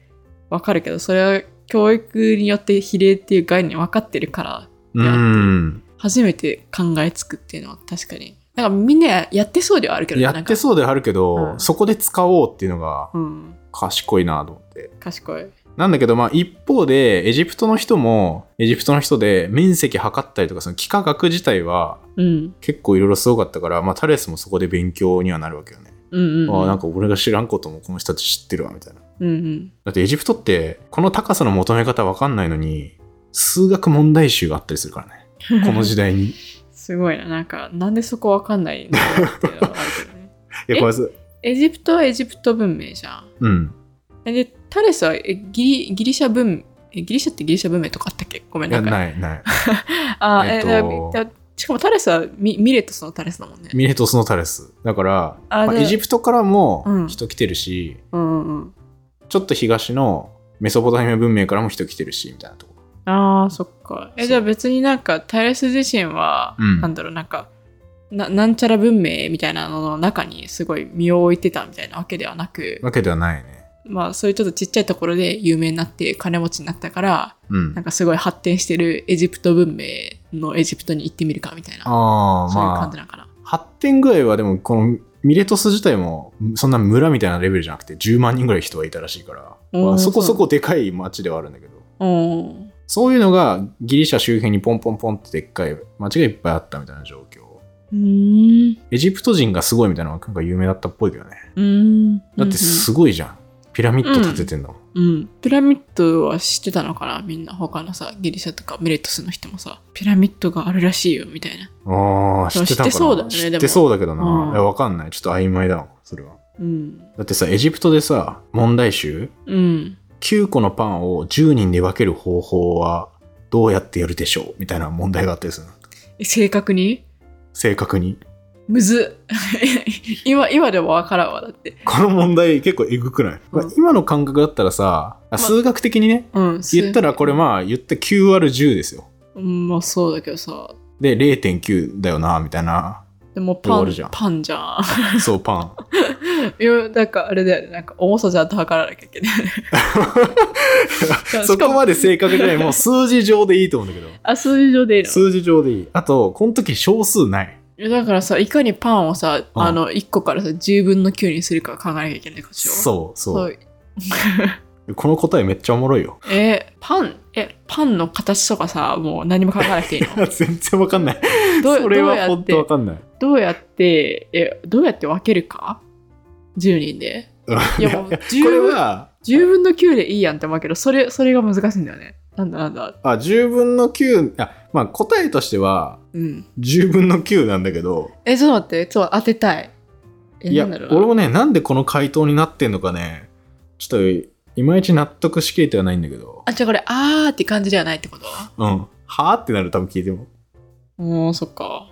分かるけどそれは教育によって比例っていう概念分かってるから
うん。
初めて考えつくっていうのは確かになんかみんなやってそうではあるけどね
やってそうではあるけど、
うん
そこで使おうっていうのが
なんかうん
賢いなと思って。
賢い
なんだけど、まあ一方で、エジプトの人も、エジプトの人で面積測ったりとか、その幾何学自体は
うん。
結構いろいろすごかったから、まあタレスもそこで勉強にはなるわけよね。
うんうん。
ああ、なんか俺が知らんこともこの人たち知ってるわ、みたいな。
うんうん。
だってエジプトって、この高さの求め方わかんないのに、数学問題集があったりするから ね。この時代に。い
すごいな。なんか、なんでそこわかんないのっていうのはあるけどね。
や、これす、
エジプトはエジプト文明じゃん。
うん。
で、タレスはえギリギリシャ文えギリシャってギリシャ文明とかあったっけごめん
いや、
なんか。
ない、ない。
あー、
えっと
えだだしかもタレスはミミレトスのタレスだもんね。
ミレトスのタレス。だから、
あ
まあ
で
エジプトから
う
も
ん
人来てるし、
うんうんうん。
ちょっと東のメソポタミア文明からも人来てるし、みたいなとこ。
ああ、そっか。え、
そう
じゃあ別になんかタレス自身は、
うん
なんだろう、なんか、ななんちゃら文明みたいなのの中にすごい身を置いてたみたいなわけではなく、
わけではないね。
まあそういうちょっとちっちゃいところで有名になって金持ちになったから、
うん
なん。かすごい発展してるエジプト文明のエジプトに行ってみるかみたいな、
ああ、
そういう感
ま
じ
あ、
なんかな。
発展具合はでも、このミレトス自体も、そんな村みたいなレベルじゃなくて、10万人ぐらい人がいたらしいから、
おー
まあそこそこでかい町ではあるんだけど、
おー
そういうのがギリシャ周辺にポンポンポンってでっかい町がいっぱいあったみたいな状況。
うーん。
エジプト人がすごいみたいなのがなんか有名だったっぽいけどね。
うーん。
だってすごいじゃん。ピラミッド建ててんだもん。
うんうん、ピラミッドは知ってたのかなみんな他のさ、ギリシャとかミレトスの人もさ、ピラミッドがあるらしいよみたいな。
ああ、知ってたん
知ってそうだ
か
よね
な。知
で
っ
も
てそうだけどな
う。ん
いやわかんない。ちょっと曖昧だもん、それは。
うん。
だってさ、エジプトでさ、問題集、
うん。
9個のパンを10人で分ける方法はどうやってやるでしょうみたいな問題があったりするの。
え正確に
正確に。
むずっ 今、今でもわからんわ、だって。
この問題結構えぐくない、
うん
まあ今の感覚だったらさ、あ数学的にね、
うん。
言ったらこれまあ言って9割る10ですよ。
うん、まあそうだけどさ。
で、0.9だよな、みた いな。
でもパ
終わ
ン
るじゃん
パンじゃん。
そう、パン。
いや、なんかあれだよね。なんか重さちゃんと測らなきゃいけない。
そこまで
正
正確じゃない。もう数字上でいいと思うんだけど。
あ、数字上でいいの
数字上でいい。あと、この時小数ない。
いやだからさ、いかにパンをさ、
うん
あの、1個からさ、10分の9にするか考えなきゃいけないでしょ
そう
そ。
そうう。この答えめっちゃおもろいよ。
えーパン、え、パンの形とかさ、もう何も考えなくていい の
全然わかんない。
どう
それ
どう
は
や
本
って
当わかんない。
どうやって、え、どうやって分けるか ?10 人で。いや、もう 10,
これ
分
は、
10分の9でいいやんって思うけど、それ、それが難しいんだよね。なんだなんだ。
あ、10分の9、あ、まあ答えとしては、
うん。
10分の9なんだけど、
え、ちょっと待って、ちょっと当てたい。え、
いや、
なんだろう
俺
な
もね、なんでこの回答になってんのかね、ちょっと、いまいち納得しきれてはないんだけど、
あ、じゃあこれ、あーって感じではないってこと
うん。はあってなる、多分聞いても。
もう、そっか。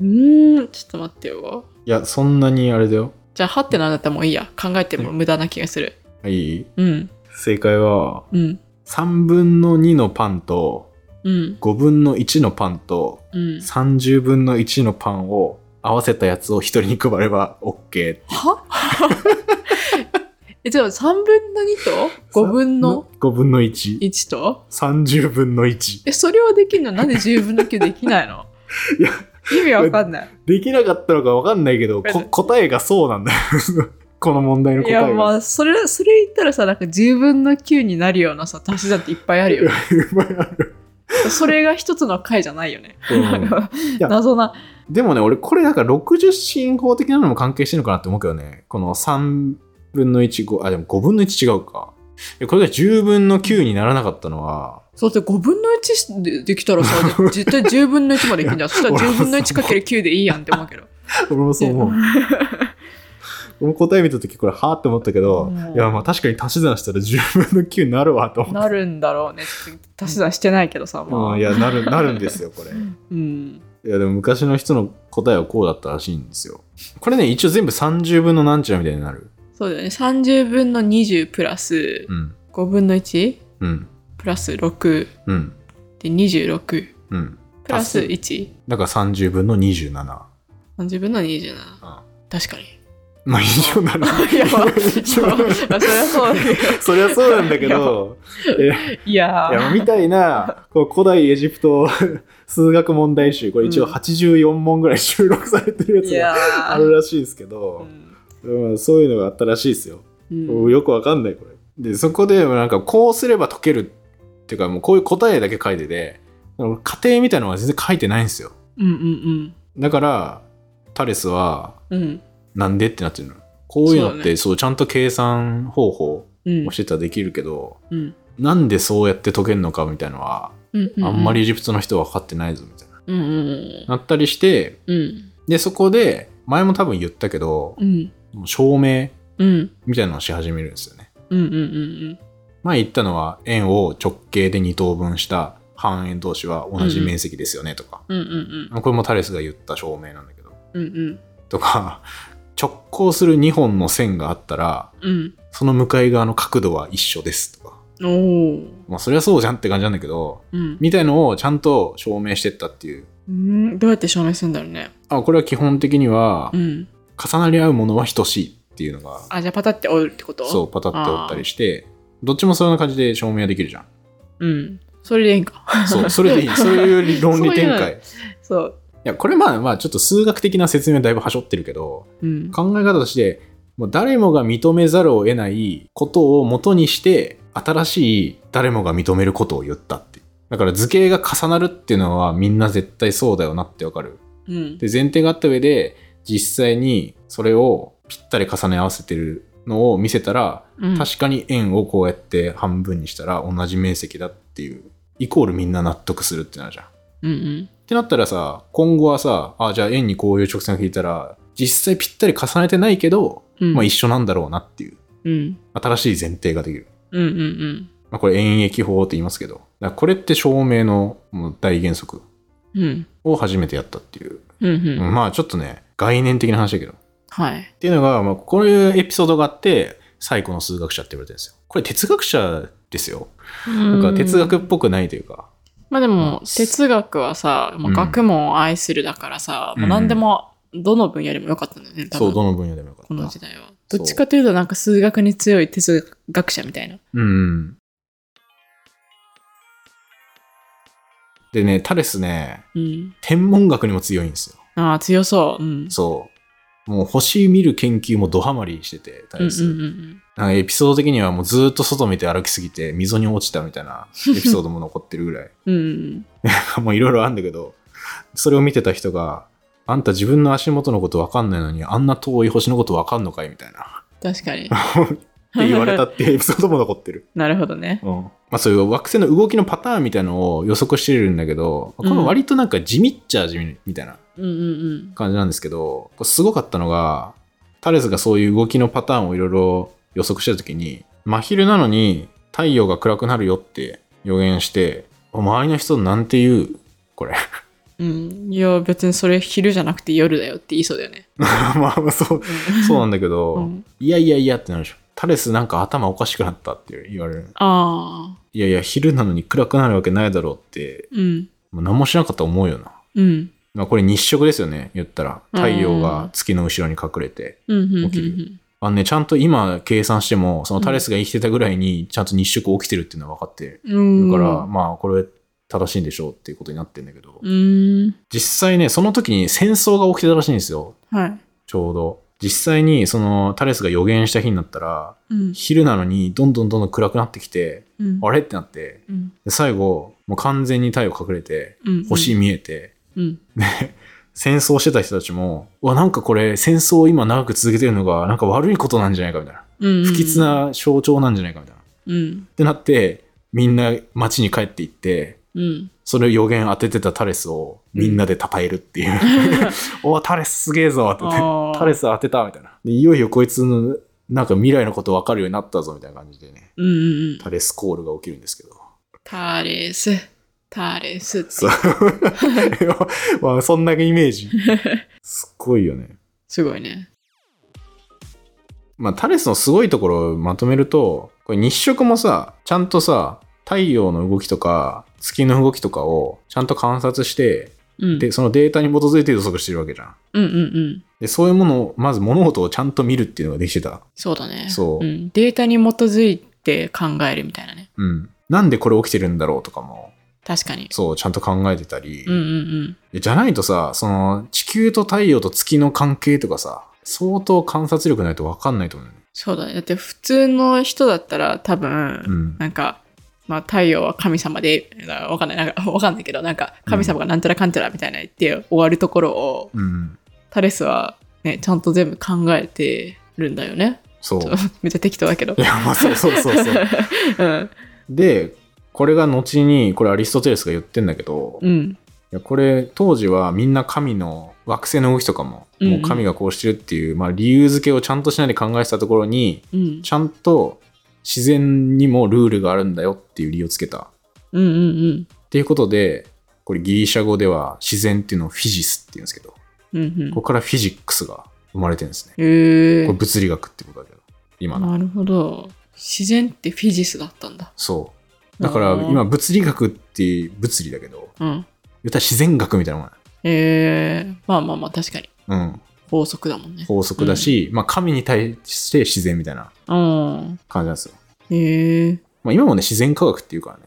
うーん、ちょっと待ってよ。
いや、そんなにあれだよ。
じゃあ、はってなんだったらもういいや。考えても無駄な気がする。
はい。
うん、
正解は、
うん、
3分の2のパンと、
うん、
5分の1のパンと、
うん。
30分の1のパンを合わせたやつを一人に配れば OK。
はえ、じゃあ3分の2と5分の
?5 分の1。
1と
30分の1。
え、それはできんのなんで10分の9できないの
いや
意味わかんない。
できなかったのかわかんないけど、こ答えがそうなんだよ。 この問題の
い
答え
や、
が。
まあ、それ、それ言ったらさ、なんか10分の9になるようなさ、足し算っていっぱいある よ。それが一つの回じゃないよね。
うんや
謎な。
でもね、俺これなんか60進法的なのも関係してるのかなって思うけどね。この3分の1、5あ、でも5分の1違うか。いやこれが10分の9にならなかったのは、
そうだって5分の1でできたらさ、絶対10分の1までいけんじゃん。そし たら10分の1かける9でいいやんって思うけど。
俺も そう思う。俺も答え見た時これはーって思ったけど、
うん
いやまあ確かに足し算したら10分の9になるわと思って。
なるんだろうね。ちょっと足し算してないけどさ、ま
う
あ
ん、い。やなるなるんですよこれ。い
うん。
やでも昔の人の答えはこうだったらしいんですよ。これね一応全部30分のなんちゃらみたいになる。
そうだよね。30分の20プラス
うん
5分の 1?
うん
プラス6
うん
で26プ
うん。
ラス
足す
130
だから30分の27。
分の27
あ
確かに
まあ一緒なの。
いやまあまあそりゃそうだけど
そりゃそうなんだけど、
いや
いや
ー
みたいなこう古代エジプト数学問題集これ一応
うん
84問ぐらい収録されてるやつ
い
が
やー
あるらしいですけ
う
ど、
ん
うんそういうのがあったらしいですよ。
うん
よくわかんないこれ。で、そこで、なんか、こうすれば解けるっていうか、もうこういう答えだけ書いてて、過程みたいなのは全然書いてないんですよ。
うんうん
だから、タレスは、
うん。うん。
なんでってなってるの。こういう
そ
の
う
っ
だ
て、
ね
そう、ちゃんと計算方法
うん
を。してたらできるけど、
うん。
なんでそうやって解けるのかみたいのは、
うんう
あんまりエジプトの人は分かってないぞみたいな。
うんうん
なったりして、
うん
で、そこで、前も多分言ったけど
う、ん
もう証明
うん
みたいなのをし始めるんですよね。
うんうんうん
前言ったのは円を直径で2等分した半円同士は同じ面積ですよねとか、
うんうんうん
これもタレスが言った証明なんだけど
うん
とか直行する2本の線があったら
うん
その向かい側の角度は一緒ですとか、
うんおー
まあ、そりゃそうじゃんって感じなんだけど
うん
みたいのをちゃんと証明してったっていう
うんどうやって証明するんだろうね
あこれは基本的には
うん
重なり合うものは等しいっていうのが
あじゃあパタって折るってこと
そうパタって折ったりしてどっちもそんな感じで証明はできるじゃん
ううんそれでいいんか
そうそれでいいそういう論理展開
そう
いや、これまあまあちょっと数学的な説明はだいぶはしょってるけど、
うん
考え方として、もう誰もが認めざるを得ないことを元にして、新しい誰もが認めることを言ったっていう。だから図形が重なるっていうのはみんな絶対そうだよなってわかる。
うん
で、前提があった上で、実際にそれをぴったり重ね合わせてるのを見せたら、
うん
確かに円をこうやって半分にしたら同じ面積だっていう、イコールみんな納得するってなるじゃん。
うんうん
ってなったらさ今後はさあじゃあ円にこういう直線を引いたら実際ぴったり重ねてないけど、
うん
まあ、一緒なんだろうなっていう
うん
新しい前提ができる、
うんうんうん
まあ、これ円益法って言いますけどだからこれって証明のもう大原則
うん
を初めてやったっていう、
うんうん
まあちょっとね概念的な話だけどっ
はい
ていうのが、まあ、こういうエピソードがあって最古の数学者って言われてるんですよこれ哲学者ですよなんか哲学っぽくないというか、
まあでも哲学はさもう学問を愛するだからさもう何でもどの分野でもよかったんだよね多
そう
分
どの分野でもよかった
この時代は。
そう
どっちかというと、なんか数学に強い哲学者みたいな。
うん。でね、タレスね、
うん。
天文学にも強いんですよ。
ああ、強そう。うん。
そう。もう星見る研究もドハマりしてて、タ
うん
レ
う
ス。
んうん
なんかエピソード的にはもうずーっと外見て歩きすぎて溝に落ちたみた いなエピソードも残ってるぐらい。
うん。うん。
もういろいろあるんだけど、それを見てた人が、あんた自分の足元のことわかんないのにあんな遠い星のことわかんのかいみたいな。
確かに。
って言われたっていうエピソードも残ってる。
なるほどね。
まあ、そういう惑星の動きのパターンみたいのを予測してるんだけど、
うん
これ割となんか地味っちゃ地味みたいな
うんうんうん。
感じなんですけど、これすごかったのが、タレスがそういう動きのパターンをいろいろ予測してた時に、真昼なのに太陽が暗くなるよって予言して、周りの人なんて言うこれ。
うん。いや、別にそれ昼じゃなくて夜だよって言いそうだよね。
まあそう、そうなんだけど、
うん
いやいやいやってなるでしょ。タレスなんか頭おかしくなったって言われる。
ああ。
いやいや、昼なのに暗くなるわけないだろうって、
うん。
もう何もしなかったと思うよな。
うん。
まあ、これ日食ですよね言ったら
うん
太陽が月の後ろに隠れて、
うんうんうん
起きるあのねちゃんと今計算してもそのタレスが生きてたぐらいにちゃんと日食起きてるっていうのは分かってる、
うん。うん。
だからまあこれ正しいんでしょうっていうことになってるんだけど、
うん。
実際ねその時に戦争が起きてたらしいんですよ
はい。
ちょうど実際にそのタレスが予言した日になったら
うん。
昼なのにどんどんどんどん暗くなってきて
うん。
あれってなって
うん。
で最後もう完全に太陽隠れて
うん。
星見えて、
うん。
戦争してた人たちも、うわ、なんかこれ戦争を今長く続けてるのが、なんか悪いことなんじゃないかみたいな。
うん。
不吉。な象徴なんじゃないかみたいな。っ
うん。
てなって、みんな街に帰っていって、
うん。
それを予言当ててたタレスをみんなで称えるっていう。 おお、タレスすげえぞってね。
ああ
タレス当てたみたいな。でいよいよこいつの、なんか未来のこと分かるようになったぞみたいな感じでね。
うんうんうん。
タレスコールが起きるんですけど。
タレス。タレスって。
そう。まあ、そんなイメ ージ。すっごいよね。
すごいね。
まあ、タレスのすごいところをまとめると、これ日食もさ、ちゃんとさ、太陽の動きとか、月の動きとかをちゃんと観察して、
うん。
で、そのデータに基づいて予測してるわけじゃん。
うんうんうん。
で、そういうものを、まず物事をちゃんと見るっていうのができてた。
そうだね。
そうん
データに基づいて考えるみたいなね。
うん。なんでこれ起きてるんだろうとかも、
確かに。
そう、ちゃんと考えてたり。
うんうん
でじゃないとさ、その、地球と太陽と月の関係とかさ、相当観察力ないと分かんないと思うよね。
そうだね。だって普通の人だったら多分、
うん。
なんか、まあ、太陽は神様で、なわかんない、なんか、わ かんないけど、なんか、神様がなんちゃらかんちゃらみたいな言って終わるところを、
うん。
タレスはね、ちゃんと全部考えてるんだよね。
そう。
ちょめっちゃ適当だ けど
い。や、まあそうそうそ うそう。
うん。
で、これが後に、これアリストテレスが言ってんだけど、い
うん。
やこれ当時はみんな神の惑星の動きとかも、
うん
もう神がこうしてるっていう、まあ理由付けをちゃんとしないで考えてたところに、
うん。
ちゃんと自然にもルールがあるんだよっていう理由をつけた。
うんうん
っていうことで、これギリシャ語では自然っていうのをフィジスって言うんですけど、こ
うん。うんうん
こ。からフィジックスが生まれてるんですね。
へえ
これ物理学ってことだけど、今の。
なるほど。自然ってフィジスだったんだ。
そう。だから今物理学って物理だけど、
うん。
言ったら自然学みたいなもんや
ええまあまあまあ、確かに。
うん、
法則だもんね。
法則だし、まあ、神に対して自然みたいな
うん。
感じなんですよ。
へえ
まあ、今もね、自然科学っていうからね、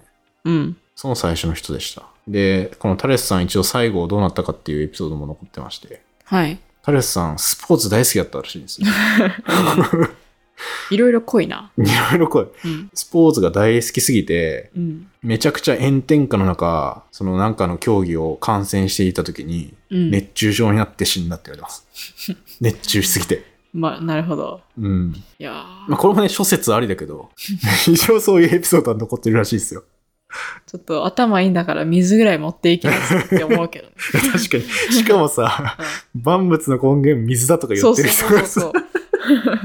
うん。
その最初の人でした。で、このタレスさん一応最後どうなったかっていうエピソードも残ってまして、
はい。
タレスさんスポーツ大好きだったらしい んですよ。
いろいろ濃いな。
いろいろこれ、
うん。
スポーツが大好きすぎて、
うん。
めちゃくちゃ炎天下の中、そのなんかの競技を観戦していた時に、
うん。
熱中症になって死んだって言われてます。 熱中しすぎて。
まあ、なるほど。
うん。
いやー
まあ、これもね、諸説ありだ けど、一応そういうエピソードは残ってるらしいですよ。
ちょっと頭いいんだから水ぐらい持っていきますって思うけど。
確かに。しかもさ、万物の根源水だと
う
か
ん
言
そう
って
そう
る人が
そう
さ、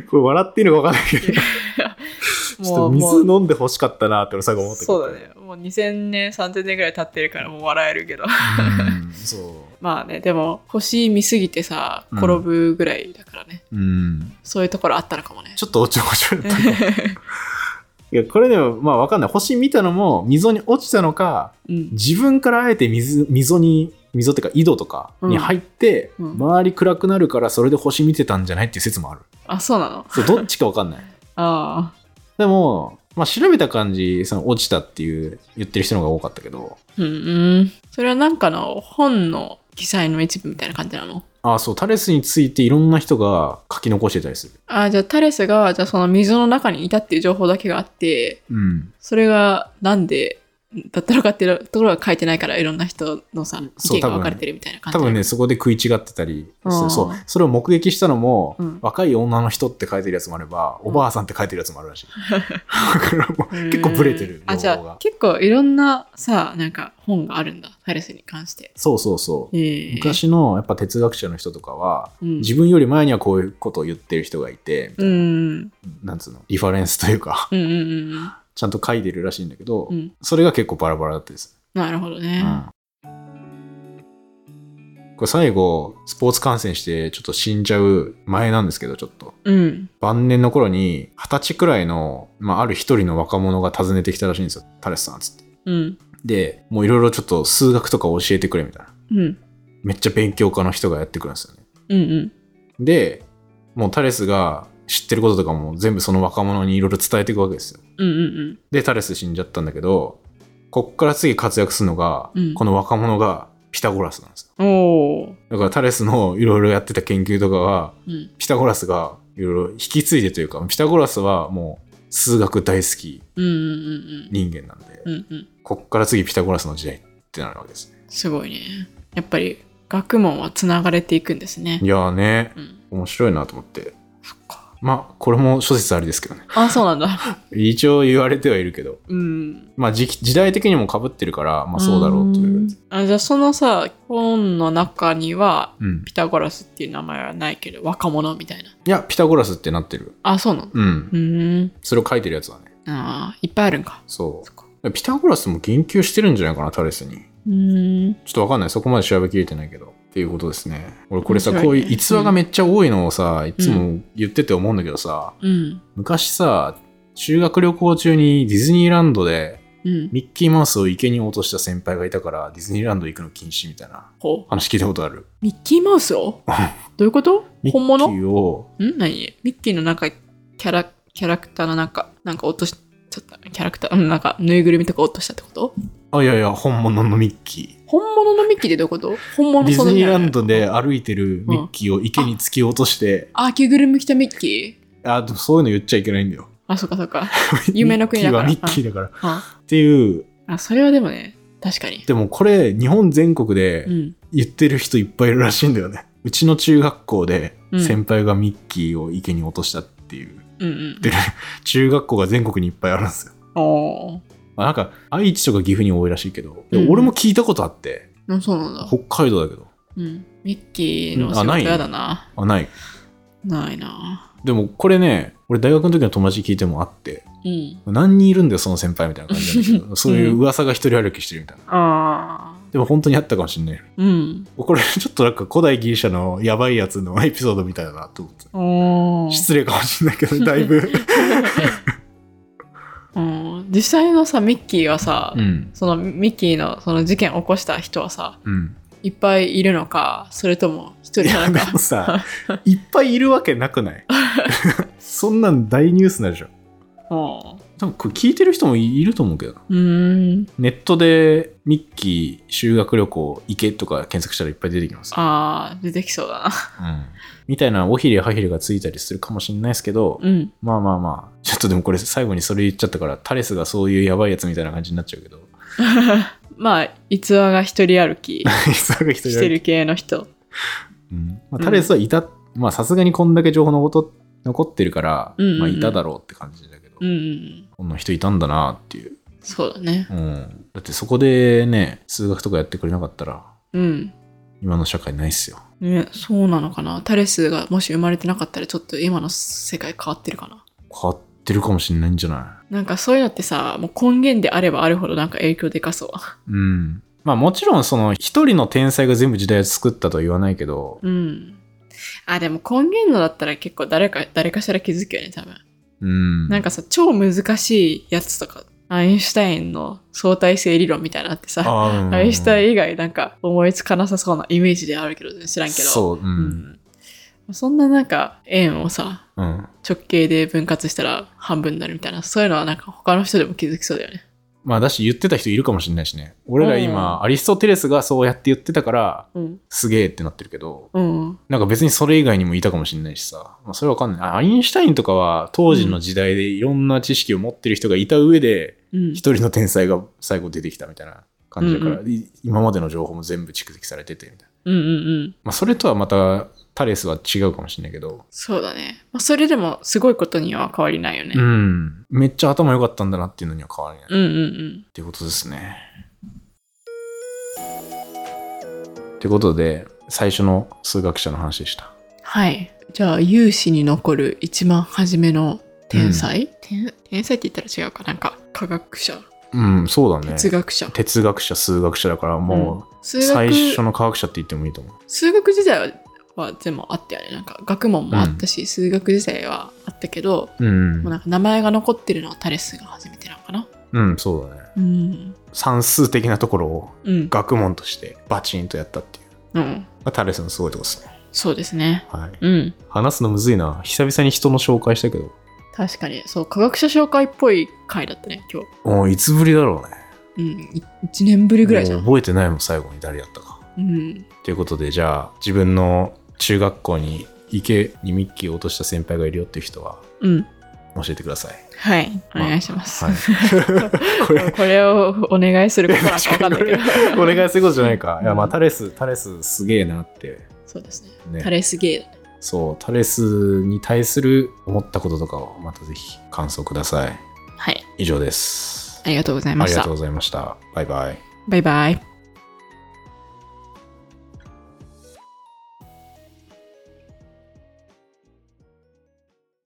そ
これ笑っていいのかわかんないけど、ち
う。
ょっと
もう
水飲んで欲しかったなって俺最後思ったけど。
そうだね。もう2000年、3000年ぐらい経ってるからもう笑えるけど。
うん。そ
まあね、でも星見すぎてさ、
うん
転ぶぐらいだからね。
う。うん。
そういうところあったのかもね。
ちょっとおちょこちょ いだったかもいや、これでもまあわかんない。星見たのも溝に落ちたのか、
うん。
自分からあえて水溝に、溝っていうか井戸とかに入って、
うんうん
周り暗くなるからそれで星見てたんじゃないっていう説もある。
あ、そうなの
そう、どっちかわかんない。
ああ。
でも、まあ、調べた感じ、その落ちたっていう言ってる人の方が多かったけど、
うんうん。それはなんかの本の記載の一部みたいな感じなの
ああ、そう、タレスについていろんな人が書き残してたりする。
あじゃあタレスが、じゃあその溝の中にいたっていう情報だけがあって、
うん。
それがなんでだったのかっていうところは書いてないから、いろんな人のさ、意
そう
見が
多分
分かれてるみたいな感じ
多
なの。
分ね、そこで食い違ってたりす
あー
る。そう。それを目撃したのも、
うん
若い女の人って書いてるやつもあれば、
うん
おばあさんって書いてるやつもある らしい。だからもう結構ブレてる
う、ん
情
あ、じ
報
ゃあ
が。
結構いろんなさ、なんか本があるんだ。タレスに関して。
そうそうそう。
ええ
昔のやっぱ哲学者の人とかは、
うん
自分より前にはこういうことを言ってる人がいて、みた
う。
いなんなんつうの、リファレンスというか、
うんうんうん
ちゃんと書いてるらしいんだけど、
うん。うん。
それが結構バラバラだったです。
なるほどね。
これ最後、スポーツ観戦してちょっと死んじゃう前なんですけど、ちょっと。
うん。
晩年の頃に、二十歳くらいの、まあ、ある一人の若者が訪ねてきたらしいんですよ。タレスさん、つって。
うん。
で、もういろいろちょっと数学とか教えてくれ、みたいな。
うん。
めっちゃ勉強家の人がやってくるんですよね。
うんうん。
で、もうタレスが知ってることとかも全部その若者にいろいろ伝えていくわけですよ。
うんうん
で、タレス死んじゃったんだけど、こっから次活躍するのが、
うん
この若者がピタゴラスなんです
う
よ。
ん。おー。
だからタレスのいろいろやってた研究とかが
うん。
ピタゴラスがいろいろ引き継いでというかピタゴラスはもう数学大好き
うんうんうん
人間なんで、
うん。うんうん。
こっから次ピタゴラスの時代ってなるわけですね。
すごいね。やっぱり学問はつながれていくんですね
い。やーね
うん。
面白いなと思って
そっか。
まあこれも諸説ありですけどね
あ、そうなんだ。
一応言われてはいるけど
うん。
まあ時期時代的にもかぶってるからまあそうだろうという
う。んあじゃあそのさ、本の中には、
うん、
ピタゴラスっていう名前はないけど、若者みたいな。
いやピタゴラスってなってる
あ、そうなんだ。
うん
うーん。
それを書いてるやつだね
ああ、いっぱいあるんか。
そ
そっか。
うピタゴラスも言及してるんじゃないかなタレスに
うーん。
ちょっとわかんない。そこまで調べきれてないけど。っていうことですね。俺これさ、
面
こ
白
う
い
い
ね
う逸話がめっちゃ多いのをさ、いつも言ってて思うんだけどさ、
うん。
昔さ、修学旅行中にディズニーランドで
うん。
ミッキーマウスを池に落とした先輩がいたから、ディズニーランド行くの禁止みたいな
ほう。
話聞いたことある。
ミッキーマウスをどういうこと
ミ
本
ッ
物
キーを、
ん何ミッキーのなんかキャラキャラクターのなんかなんか落としちゃったキャラクターうんなんかぬいぐるみとか落としたってこと
あ、いやいや、本物のミッキー。
本物のミッキーってどういうこと本物の
ディ
そ
ズ
の
ニーランドで歩いてるミッキーを池に突き落として、
あ着ぐるみ着たミッキー
あでもそういうの言っちゃいけないんだよ。
あ、そっかそっ か。夢の国だから
ミッキーはミッキーだから。
あ
っていう、
あ、それはでもね、確かに。
でもこれ日本全国で
うん。
言ってる人いっぱいいるらしいんだよね。うちの中学校で
うん
先輩がミッキーを池に落としたっていう、
うんうん
で中学校が全国にいっぱいあるんですよ。
うん。お
まあなんか愛知とか岐阜に多いらしいけど、で
うん
俺も聞いたことあって
ー。あそうなんだ。
北海道だけど
うん。ミッキーの仕
うん
事
あない
やだな。
あない
ないな。
でもこれね俺大学の時の友達に聞いてもあって
うん。
何人いるんだよその先輩みたいな感じなんだ けどそういう噂が一人歩きしてるみたいな
あ
でも本当にあったかもしんない
あ。うん。
これちょっとなんか古代ギリシャのやばいやつのエピソードみたいだなと思って
おー。
失礼かもしんないけどだ いぶ
うん実際のさ、ミッキーはさ、
うん
そのミッキーのその事件を起こした人はさ、
うん
いっぱいいるのか、それとも一
い
人な
や
の
で
か
も。さいっぱいいるわけなくない そんなん大ニュースになるじゃん
おー
多分これ聞いてる人もいると思うけどな
うーん。
ネットでミッキー修学旅行行けとか検索したらいっぱい出てきます、
ああ、出てきそうだな。
うんみたいなおひれはひれがついたりするかもしれないですけど、
うん。
まあまあまあちょっとでもこれ最後にそれ言っちゃったからタレスがそういうやばいやつみたいな感じになっちゃうけど
まあ、逸話が一人歩き
磯貝一人
して る系の人。
うんまあ、タレスはいたまあさすがにこんだけ情報のこと残ってるから、
うんうんうん
まあ、いただろうって感じだけど、
うんうん。
こんな人いたんだなっていう、
そうだね。
うん、だってそこでね数学とかやってくれなかったら
うん。
今の社会ないっすよ
ね、そうなのかな。タレスがもし生まれてなかったら、ちょっと今の世界変わってるかな。
変わってるかもしれないんじゃない
なんかそういうのってさ、もう根源であればあるほどなんか影響でかそう。
うん。まあもちろんその一人の天才が全部時代を作ったとは言わないけど、
うん。あ、でも根源のだったら結構誰か、誰かしら気づくよね、多分。
うん。
なんかさ、超難しいやつとか、アインシュタインの相対性理論みたいなのってさ、
あー、うん
アインシュタイン以外なんか思いつかなさそうなイメージであるけど、ね、知らんけど。
そう、う。
うんん。そんななんか円をさ、
うん。
直径で分割したら半分になるみたいな、そういうのはなんか他の人でも気づきそうだよね。
まあだし言ってた人いるかもしれないしね。俺ら今、アリストテレスがそうやって言ってたから、
うん。
すげえってなってるけど、
うん。
なんか別にそれ以外にもいたかもしれないしさ。まあそれはわかんない。あアインシュタインとかは当時の時代でいろんな知識を持ってる人がいた上で、
うん。
一人の天才が最後出てきたみたいな感じだから、
う
い今までの情報も全部蓄積されててみたいな。
うんうんうん。
まあ、それとはまたタレスは違うかもしれないけど、
そうだね。まあ、それでもすごいことには変わりないよね。
うん、めっちゃ頭良かったんだなっていうのには変わらない、っ
うんうん
ていうことですね。ってことで最初の数学者の話でした。
うん。はい。じゃあ、有史に残る一番初めの天才、天天才って言ったら違うかなんか、科学者、
うんそうだね。
哲学者。
哲学者数学者だからもう、
数学
最初の科学者って言ってもいいと思う。
数学時代はは全部あったよね。なんか、学問もあったし、数学時代はあったけど、
うん
もうなんか名前が残ってるのはタレスが初めてなのかな。
うんそうだね。
うん。
算数的なところを
うん。
学問としてバチンとやったってい
う
う。
ん。
まあタレスのすごいとこですね。
そうですね。
はい。
うん。
話すのむずいな。久々に人の紹介したけど。
確かに、そう、科学者紹介っぽい回だったね、今日。
もういつぶりだろうね。
うん。い一年ぶりぐらいじゃ
も
ん。
う覚えてないもん、最後に誰やったか。
うん。
ということで、じゃあ、自分の中学校に池にミッキーを落とした先輩がいるよっていう人は、
うん。
教えてください。
はい。お
まあ
願いします。
はい、これ、
これをお願いすることなんかわかんないけど。
お願いする ことじゃないか。いや、まあ、
うん
タレス、タレスすげえなって。
そうですね。タ
ね、
レすげえ。
そうタレスに対する思ったこととかをまたぜひ感想ください
はい。
以上です
ありがとうござい
あ
ま
り
し
が
た
とう。ございましたバイバイ
バイバイ。